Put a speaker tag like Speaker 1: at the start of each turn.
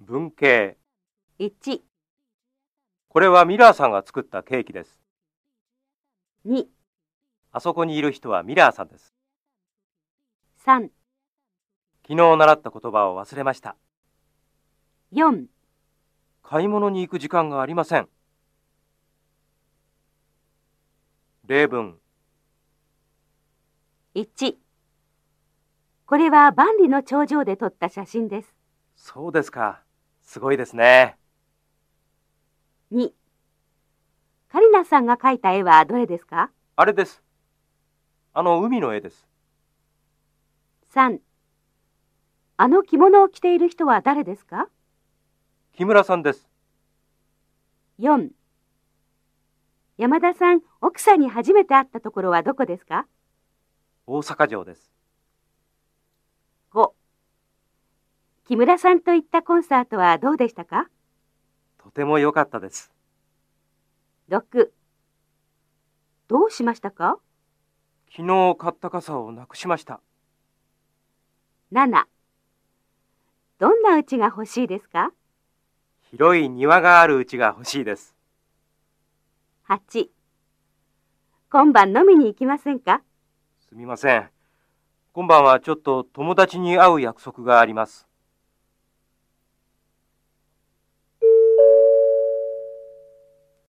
Speaker 1: 文系。
Speaker 2: 1、
Speaker 1: これはミラーさんが作ったケーキです。
Speaker 2: 2、
Speaker 1: あそこにいる人はミラーさんです。
Speaker 2: 3、
Speaker 1: 昨日習った言葉を忘れました。
Speaker 2: 4。
Speaker 1: 買い物に行く時間がありません。例文、
Speaker 2: 1これは万里の長城で撮った写真です。
Speaker 1: そうですか。すごいですね。
Speaker 2: 2カリナさんが描いた絵はどれですか
Speaker 1: あれです。あの海の絵です。
Speaker 2: ?3 あの着物を着ている人は誰ですか
Speaker 1: 木村さんです。
Speaker 2: ?4 山田さん、奥さんに初めて会ったところはどこですか
Speaker 1: 大阪城です。
Speaker 2: ?5 木村さんと行ったコンサートはどうでしたか
Speaker 1: とても良かったです。
Speaker 2: ?6 どうしましたか
Speaker 1: 昨日買った傘をなくしました。
Speaker 2: ?7 どんな家が欲しいですか
Speaker 1: 広い庭があるうちが欲しいです。
Speaker 2: 8今晩飲みに行きませんか
Speaker 1: すみません。今晩はちょっと友達に会う約束があります。